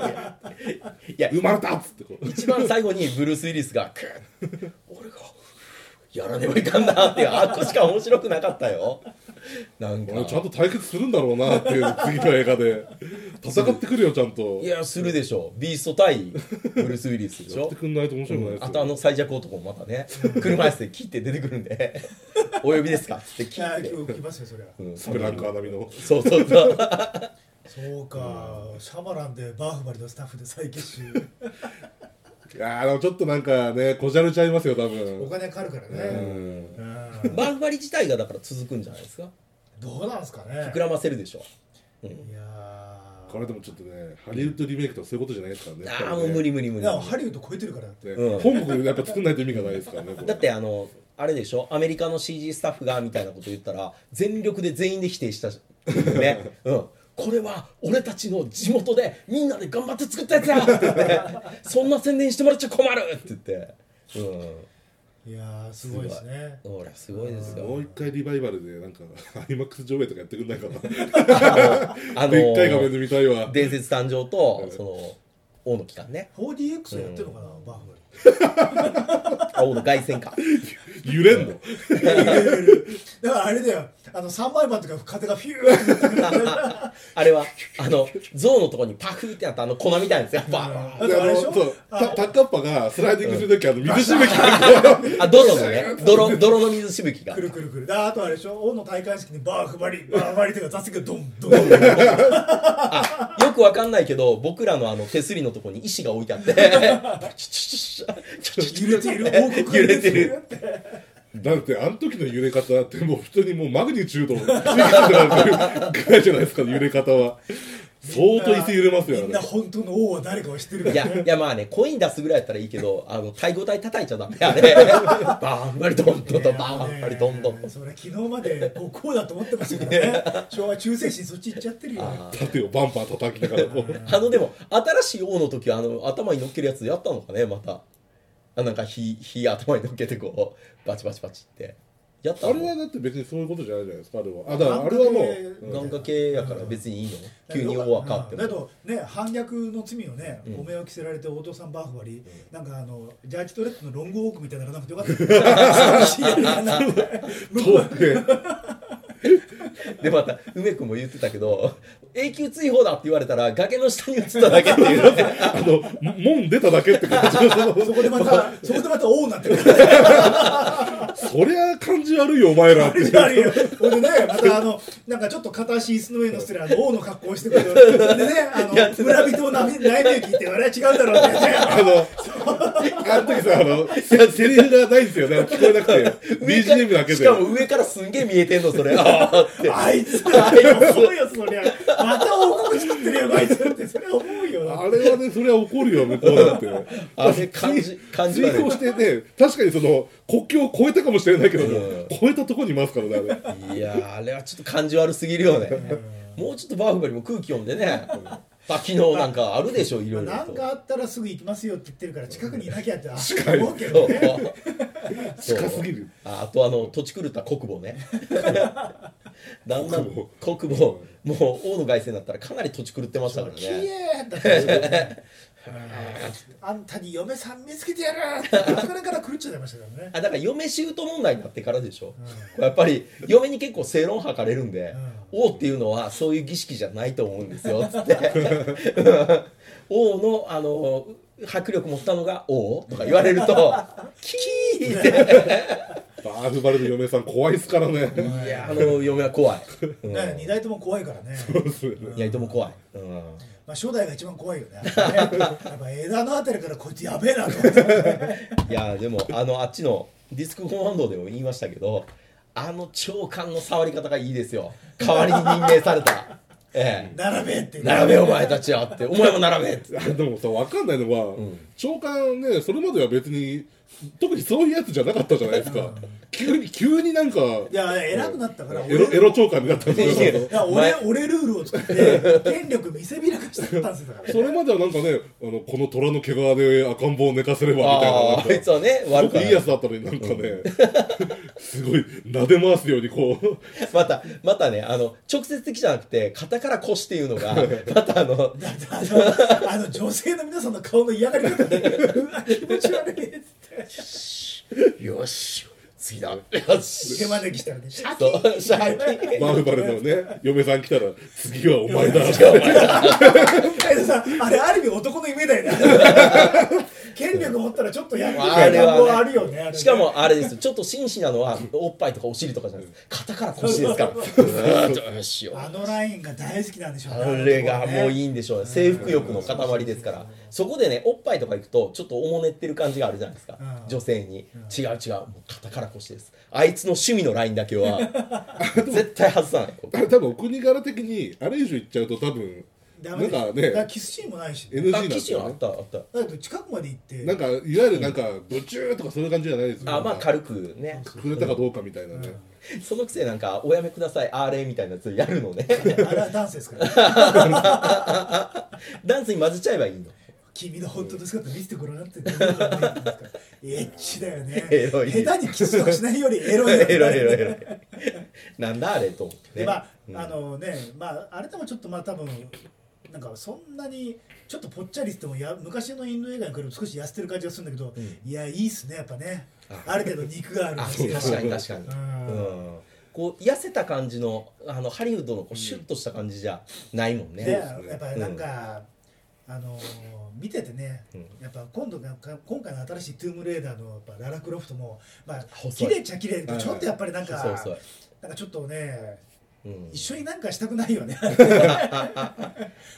や生まれたっつってこう一番最後にブルース・ウィリスがクッ俺がやらねばいかんなっていうあっこしか面白くなかったよなんか俺ちゃんと対決するんだろうなっていう次の映 画で戦ってくるよちゃんといやするでしょビースト対ブルース・ウィリスでしやっょてくんないと面白くないですよ、あとあの最弱男もまたね車椅子で切って出てくるんで「お呼びですか?」って切いやっ今て、日来ますよそれはうん、スペランカー並みのそうそうそうそうかシャマランでバーフバリのスタッフで再結集いやーでもちょっとなんかねこじゃれちゃいますよ多お分金かかるからねうんバーフバリ自体がだから続くんじゃないですかどうなんすかね膨らませるでしょいやーこれでもちょっとねハリウッドリメイクとかそういうことじゃないですからねああもう無理無理無い理やハリウッド超えてるからだってねうん本国でやっぱ作んないと意味がないですからねこれだってあのあれでしょアメリカの CG スタッフがみたいなこと言ったら全力で全員で否定したしね、うん、これは俺たちの地元でみんなで頑張って作ったやつやって言ってそんな宣伝してもらっちゃ困るって言っていやーすごいですねうん俺すごいですもよう一回リバイバルでなんか IMAX 上映とかやってくんないかな、あのでっかい画面で見たいわ伝説誕生とその王の期間ね 4DX やってるのかなバーフバリあ王の凱旋か揺れんのだからあれだよあの3枚板とか風がフューってあれはあの象のとこにパフってなったあの粉みたいなやつがバーンあとあれでしょそうたタッカッパがスライディングするときあの水しぶきあ泥のね泥泥の水しぶきがくるくるくるだあとあれでしょ王の戴冠式にバーフバリバーフバリとか座席がドンドンあよくわかんないけど僕らのあの手すりのとこに石が置いてあってチュチュチュチュチュチ揺れている王国揺れてるだってあの時の揺れ方ってもう人にもうマグニチュードをついてなるぐらいじゃないですか揺れ方は相当椅子揺れますよみんねな本当の王は誰かを知ってるかュいらやねいやまあねコイン出すぐらいやったらいいけどあの太鼓体叩いちゃダメあれバーンバリドンドンドンバーンバリドンドンそれ昨日までこうこうだと思ってましたけどね昭和中世史そっち行っちゃってるよ縦をバンバン叩きながらこう あのでも新しい王の時はあの頭に乗っけるやつやったのかねまたあなんか火火頭に乗っけてこうバチバチバチってやったあれはだって別にそういうことじゃないじゃないですかあれはあだからあれはもう、願うん掛けやから別にいいの急に大はかってもだけどね反逆の罪をね、うんお目を着せられてお父さんバーフバリー、なんかあのジャージトレッドのロングウォークみたいなのがなくてよかったよ向こう遠くへでまた梅君も言ってたけど永久追放だって言われたら崖の下に移った だけっていうねあのも門出ただけって感じそこでまたそこでまた「おう」なんてそりゃ感じ悪いよお前らっていうあるよほんでねまたあのなんかちょっと片足椅子の上に乗せてるあの王の格好をしてくるでねあやのってた村人をなめないめきってあれは違うだろうってねあの、あの時さ、あの、せセリフがないんですよね。聞こえなくて。上から BGM だけしでか。も上からすんげえ見えてんのそ れあーってあいつあいつそうよそりゃまた王国作ってるよこいつってそれは思うよあれはね、それは怒るよ、向こうだって。あれ感 じ感じ追悪い放してね、確かにその、国境を越えたかもしれないけども、うん越えたとこにいますからね、あれ。いやーあれはちょっと感じ悪すぎるよねもうちょっとバーフバリも空気読んで ね昨日なんかあるでしょいろいろなんとかあったらすぐ行きますよって言ってるから近くにいなきゃってに思うけそどうねそう近すぎるああとあの土地狂った国母ねだんだん国母もう王の凱旋だったらかなり土地狂ってましたから「きれねい!」だったらしいよねあんたに嫁さん見つけてやるってあそこらから狂っちゃいましたからねあだから嫁姑問題になってからでしょ、やっぱり嫁に結構正論吐かれるんで、王っていうのはそういう儀式じゃないと思うんですよつって王のあの迫力持ったのが王とか言われるとキーってバーフバルの嫁さん怖いっすからね。いやあの嫁は怖い、うん、だから二代とも怖いからねいやいとも怖い、うんまあ初代が一番怖いよね。やっぱ枝のあたりからこいつやべえなと思って。いやでもあのあっちのディスクコマンドでも言いましたけどあの長官の触り方がいいですよ代わりに任命されたええ並べって。並べよお前たちはってお前も並べってあでもさ、わかんないのは、長官ね、それまでは別に、特にそういうやつじゃなかったじゃないですか。急に、急になんか、いや偉くなったから。エロ、エロ長官になったんですいやよいや。いや俺俺ルールを作って権力見せびらかしてたんですよ。だからそれまではなんかね、あのこの虎の毛皮で赤ん坊を寝かせればみたいななんあかああいつはねす悪ごくくいいやつだったのになんかね、すごい撫で回すようにこう またまたねあの直接的じゃなくて肩から腰っていう のがまたあのあのあの女性の皆さんの顔の嫌がり方でうわ気持ち悪いっつってよし次だよし手招きしたらねシャキそーうシャキバルバルのね嫁さん来たら次はお前だ 次はお前だンさあれある意味男の夢だよね権力持ったらちょっとやってあるれ願望ははあねるよねあれねしかもあれですよちょっと紳士なのはおっぱいとかお尻とかじゃないです肩から腰ですからうーんどうしようあのラインが大好きなんでしょうねあれがもういいいんでしょうね征服欲の塊ですからそこでねおっぱいとか行くとちょっとおもねってる感じがあるじゃないですかうん女性に違う違うもう肩から腰ですあいつの趣味のラインだけは絶対外さないここあれ多分お国柄的にあれ以上行っちゃうと多分ダメですなんかねだらキスシーンもないし NG あなん記です事はあよ、ねっ、たあっただけど近くまで行ってなんかいわゆるなんかブチューとかそういう感じじゃないですよあまあ軽くね触れたかどうかみたいなね、そのくせなんか「おやめくださいあれ」みたいなやつやるのねあれはダンスですからダンスに混ぜちゃえばいいの君の本当の姿見せてごらんってどういうことなんですかエッチだよねエロい下手にキスとかしないよりエロいよね エロいエロいエ ロいなんだあれと思ってでねまあ、あのねまああれでもちょっとまあ多分なんかそんなにちょっとぽっちゃりしてもや昔のインド映画に比べて少し痩せてる感じがするんだけど、いやいいっすねやっぱねある程度肉があるあ感そじうが確かに確かに、うんうんこう痩せた感じのあのハリウッドのこうシュッとした感じじゃないもんね、でそうですねやっぱりなんか、あのー見ててね、やっぱ今度がか今回の新しい「トゥームレーダー」のやっぱララクロフトもまあ細綺い麗っちゃ綺麗だけどちょっとやっぱりなんか、そうそう、なんかちょっとねうん、一緒になんかしたくないよね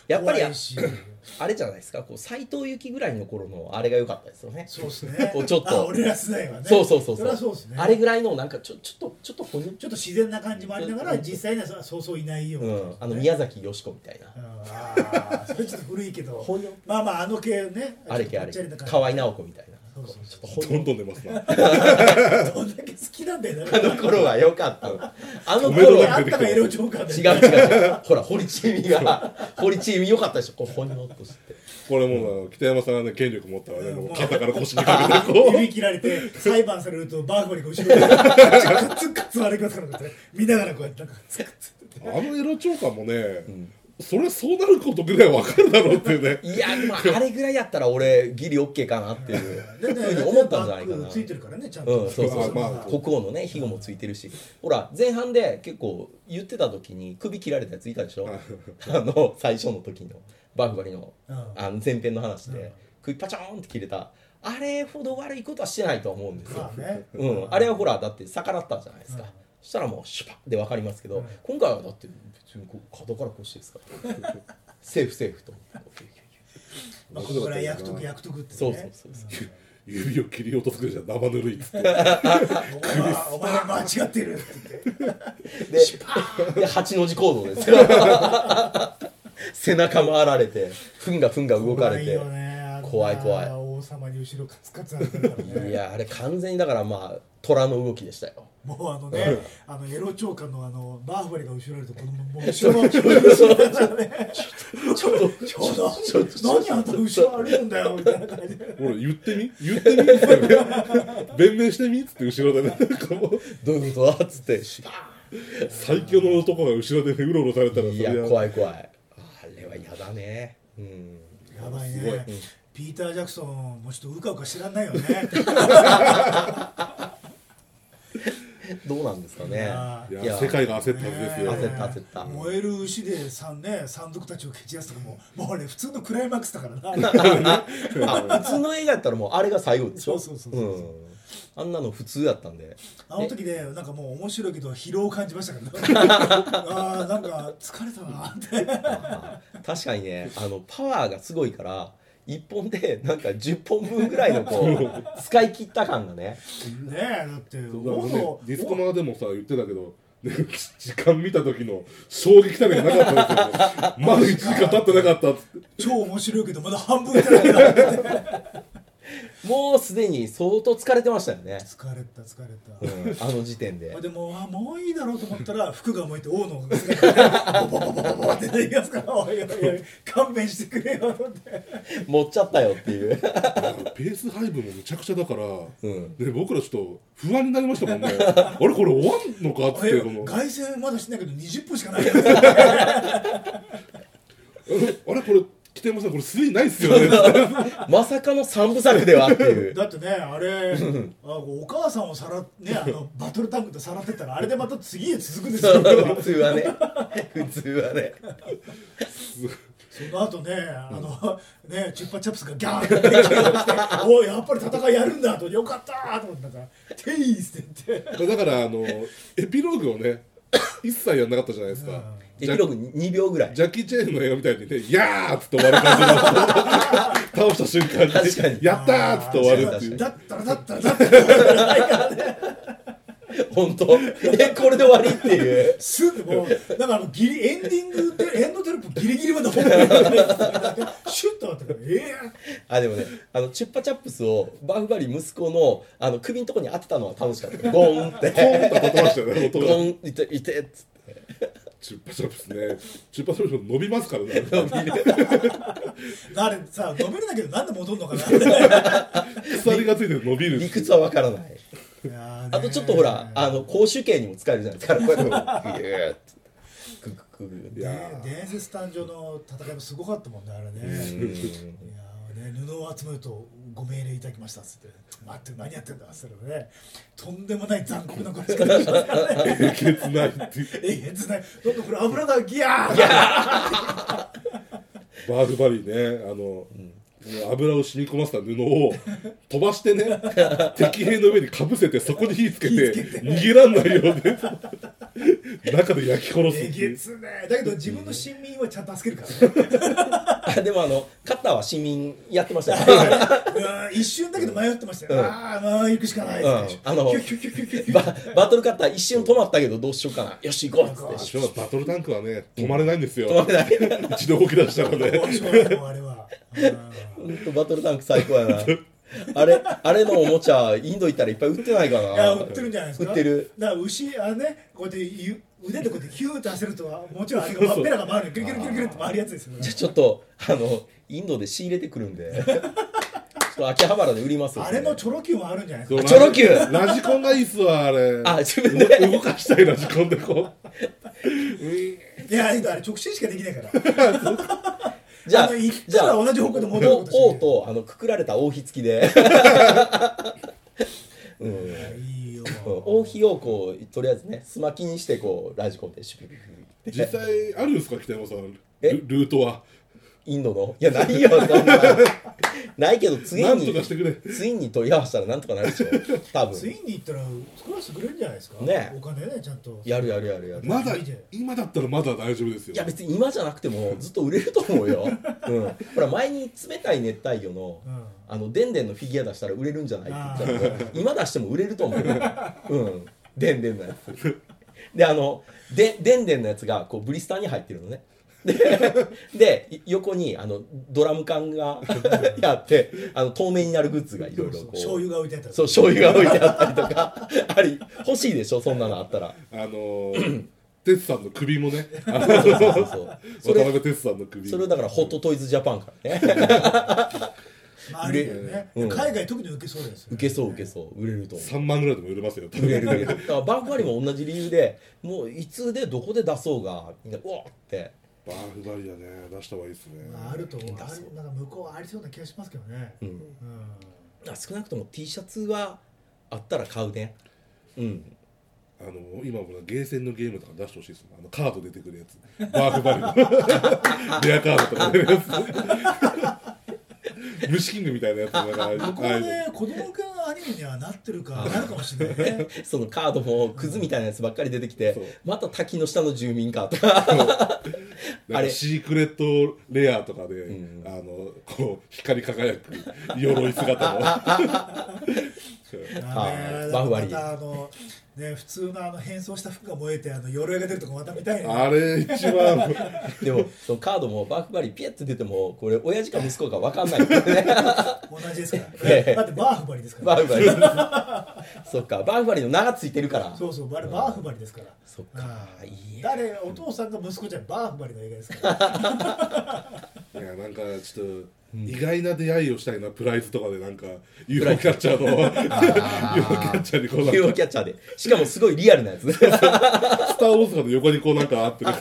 やっぱり怖あいしあれじゃないですかこう斎藤由貴ぐらいの頃のあれが良かったですよねそうですねこうちょっとあ俺ら世代はねそうそうそうそそれうはそうですねあれぐらいのなんかちょちょっとちょっとほにょちょっと自然な感じもありながうらん実際にはそうそうそういないよううな、ん、あの宮崎美子みたいなうんあーそれちょっと古いけどほにょまあまああの系ねあれけあれちょっけとぽっちゃりな感じ河合直子みたいなそうそうそうこうちどょっんどん出ますなあどんだけ好きなんだよねとほんあの頃は良かったのあの おめでと頃うございはあますんたがエロジョーカーだ違よ う違う違うほら堀ちえみが堀ちえみよかったでしょこうほにょっとしてこれもう北山さんがね権力持ったらねもう肩から腰にか けてこう指切られて裁判されるとバーファリーが後ろにカツカツあれくださるんだって見ながらこうやってなんかカツカツってあのエロ長官もね、それそうなることぐらいわかるだろうっていう ねいやまああれぐらいやったら俺ギリオッケーかなっていうふうに思ったんじゃないかバッなグついてるからねちゃんと、うん、そうそうそうまあまあ国王のね庇護もついてるしほら前半で結構言ってた時に首切られたやついたでしょあの最初の時のバフバリの,、うんあの前編の話で、うん首パチョーンって切れたあれほど悪いことはしてないとは思うんですよま、あね、うん、あれはほらだって逆らったじゃないですか、うんそしたらもうシュパッで分かりますけど、うん今回はだって別にこう肩から腰ですから セーフセーフと思ってまあ、ここから役得役得ってねそうそうそうそう指を切り落とすぐらいじゃ生ぬるいっつってお前はお前は間違ってるって言ってでで八の字行動 ですよ背中もあられてふんがふんが動かれ怖いてよね怖い怖いあんな王様に後ろカツカツあるから ねいやあれ完全にだからまあ虎の動きでしたよもうあのね、あのエロ長官のあのバーフバリが後ろにいるとこのもう後ろの後ろの後ろになっちゃうね。ちょっとちょっとちょっと何あんた後ろ歩くんだよみたいな感じで。俺言ってみ言ってみっつってね弁明してみっつって後ろでねなんかもうどういうことだっつってシュ最強の男が後ろでねうろうろされたらいやそりゃ怖い怖いあれは嫌だねうんやばいすごいね。ピーター・ジャクソンもちょっとうかうかしてらんないよね。どうなんですかねいいや世界が焦ったはずですよ、焦った焦った燃える牛でさんね山賊たちを蹴散らすとかももうあれ普通のクライマックスだからな。あ普通の映画やったらもうあれが最後でしょそうそうそうそううんあんなの普通やったんであの時でなんかもう面白いけど疲労を感じましたから、ね、ああなんか疲れたなってあー確かにねあのパワーがすごいから1本でなんか10本分ぐらいのこう使い切った感がねねえだってそうだから温ね度、ディスコマでもさ言ってたけど、ね、 時間見た時の衝撃たけじゃなかったですよまだ1時間経ってなかったっつって超面白いけどまだ半分いってない けどもうすでに相当疲れてましたよね、疲れた疲れた、うん、あの時点でまあ、でもあもういいだろうと思ったら服が燃えて王の姿がねボボボボボボって出てきますからおいおいおい勘弁してくれよって持っちゃったよっていうペース配分もむちゃくちゃだから、うんね、僕らちょっと不安になりましたもん ねあれこれ終わんのかっつってこのあ凱旋まだしてないけど20分しかないよれあれこれ北山さんこれ水ないっ すよねまさかの3部作ではっていうだってねあれあお母さんをさらねあのバトルタンクとさらってったらあれでまた次へ続くんですよそう普通はね普通はねその後ね、あの、ね、チュッパチャプスがギャーって言っておい、やっぱり戦いやるんだと、よかったーと思って、なんか、テイスって言って。だからあのエピローグをね一切やんなかったじゃないですか、エジャピローグ2秒ぐらいジャッキー・チェーンの映画みたいにね「やー!」っつって終わる感じの倒した瞬間に確かにやったー!」っつって終わるっていうだったらだったらだったらないからね、本当えこれで終わりっていうすんでもう、なんかあのギリ、エンディングで、エンドテロップギリギリまで本当にやらないって言ってシュッと終わったから、えあでもねあのチュッパチャップスをバフバリ息子のあの首のとこに当てたのは楽しかったゴーンってポーンと当たってましたよねゴ音がーンいていてっつってチュッパチャプスねチュッパチャプス伸びますから ねー、なあれさ、飲めるんだけど、なんで戻んのかなって。いや鎖がついて伸びる理屈はわからないーねあとちょっとほらあの公衆刑にも使えるじゃないですかこうやってビューッつってククククいやね伝説誕生の戦いもすごかったもんね、あれね。いやーね、布を集めるとご命令いただきましたっつって「待って何やってんだ」っつったらねとんでもない残酷な殺し方しますからねえげつ ないっていうえげつないどんどんこれ油がギャーッバーフバリーねあの、油を染み込ませた布を飛ばし てね敵兵の上にかぶせてそこに火つけて火つけて逃げらんないように中で焼き殺すえっていげうつねだけど自分の親民はちゃんと助けるからねあでもあのカッターは市民やってましたよねうん一瞬だけど迷ってましたよ、うんああまあ行くしかないっつってうんあのキュッキュッキュッキュッキュッキュッババトルカッター一瞬止まったけどどうしようかなよし行こうっつって一緒だバトルタンクはね止まれないんですよ止まれない一度動き出したらねどうしようもないもうあれはうほんんとバトルタンク最高やなあれあれのおもちゃインド行ったらいっぱい売ってないかないや売ってるんじゃないですか売ってるだから牛あねこうやってゆ腕でこうやってヒューって焦るとはもちろんあれがまっぺらが回るキュルキュルキュルキュルって回るやつですよねじゃあちょっとあのインドで仕入れてくるんでちょっと秋葉原で売りますあれのチョロ Q もあるんじゃないですそうか チョロ Q ラジコンがいいっすわあれあ自分で動動かしたいラジコンでこうういいやあれ直進しかできないからじゃああの行ったらじゃあ同じ方向で戻ることしないお王とあのくくられた王妃付きで うんいいよ王妃をこうとりあえずねスマキにしてこうラジコンでシュピピピピ実際あるんですか北山さんえルルートはインドのいやないよそんなないけどついなんとにかしてくれついに問い合わせたらなんとかなるでしょ多つ分いに行ったら作らせてくれるんじゃないですかねお金ねちゃんとやるやるやるやるまだ今だったらまだ大丈夫ですよいや別に今じゃなくてもずっと売れると思うよ、うん、ほら前に冷たい熱帯魚のうんあのでんでんのフィギュア出したら売れるんじゃないって言ったけど今出しても売れると思うよ、うん、でんでんのやつであのででんでんのやつがこうブリスターに入ってるのねででい横にあのドラム缶があってあの透明になるグッズがいろいろこう醤油が置いてあったらそう醤油が置いてあったりとかあり欲しいでしょそんなのあったらあのー哲さんの首もねあそうそうそうそうそ渡れ辺哲さんの首それをだからホットトイズジャパンからねまああるよねうん海外特に受けそうですよね受けそう受けそう売れると思う3万ぐらいでも売れますよ売 れる売れるだからバンクバリも同じ理由でもういつでどこで出そうがみんなうわーってバーフバリアね出した方がいいですねまああると思う出あそうるなんか向こうはありそうな気がしますけどねううんんあ少なくとも T シャツはあったら買うねうんあの今もなゲーセンのゲームとか出してほしいですもんあのカード出てくるやつバーフバリ アレアカードとか出るやつ虫キングみたいなやつだから向こうはね子供向けのアニメにはなってるかなるかもしれないね そのカードもクズみたいなやつばっかり出てきてそうまた滝の下の住民かとかなんかシークレットレアとかで、んあのこう光り輝く鎧 姿のああーーバフバリーまたあのね普通のあの変装した服が燃えてあの鎧が出るとこまた見たいねあれ一 番 でもそのカードもバンクバリピュッて出てもこれ親父か息子か分かんないってね 同じですかいやいやらだってバーフバリーですからバンクバリそっかバンクバリの名がついてるから そうそうあれバーフバリーですからそっかあいーいや誰お父さんが息子じゃバーフバリーの映画です からいやなんかちょっと意外な出会いをしたいなプライズとかでなんか UFO キャッチャーの UFO キャッチャーにこうなんヒーローかキャッチャーでしかもすごいリアルなやつスター・ウォーズとかの横にこう なんかあってるバ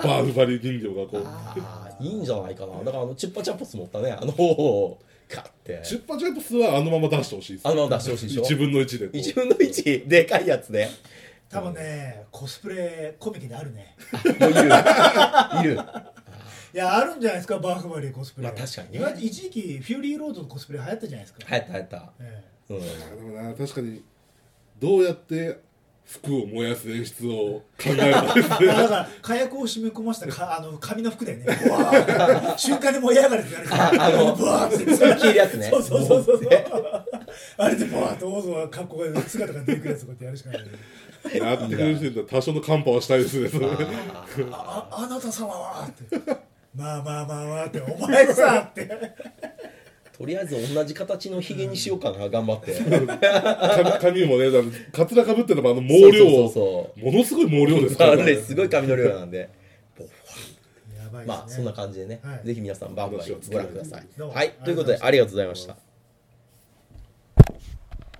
ーフバリー人形がこうああいいんじゃないかなだからあのチュッパチャップス持ったねあの方を買ってチュッパチャップスはあのまま出してほしいですあの出してほしいでしょ1分の1でこう一分の1でかいやつ ね多分ねコスプレコミケであるねもういるいるいやあるんじゃないですかバーフバリーコスプレまあ確かにね今一時期フューリーロードのコスプレ流行ったじゃないですかはやったはやったえうんあでもな確かにどうやって服を燃やす演出を考えるかですえだから火薬を染み込ましたかあの紙の服だよねうわー瞬間で燃え上がるってなるからあ のブワーってそれ消えるやつねそうそうそうそうそうあれでバーッと王様が格好が姿が出てくるやつとかってやるし かない、ね、やってくれる人いたら多少のカンパはしたいですねそれああなた様はってまあまあまあまあってお前さってとりあえず同じ形のヒゲにしようかな頑張 って髪髪もねあのカツラかぶってるのもあの毛そ量うそうそうものすごい毛量ですかあら、れすごい髪の量なん でやばいですねまあそんな感じでね、はいぜひ皆さんバンバンご覧くださいどう。もはい、ということでありがとうございました。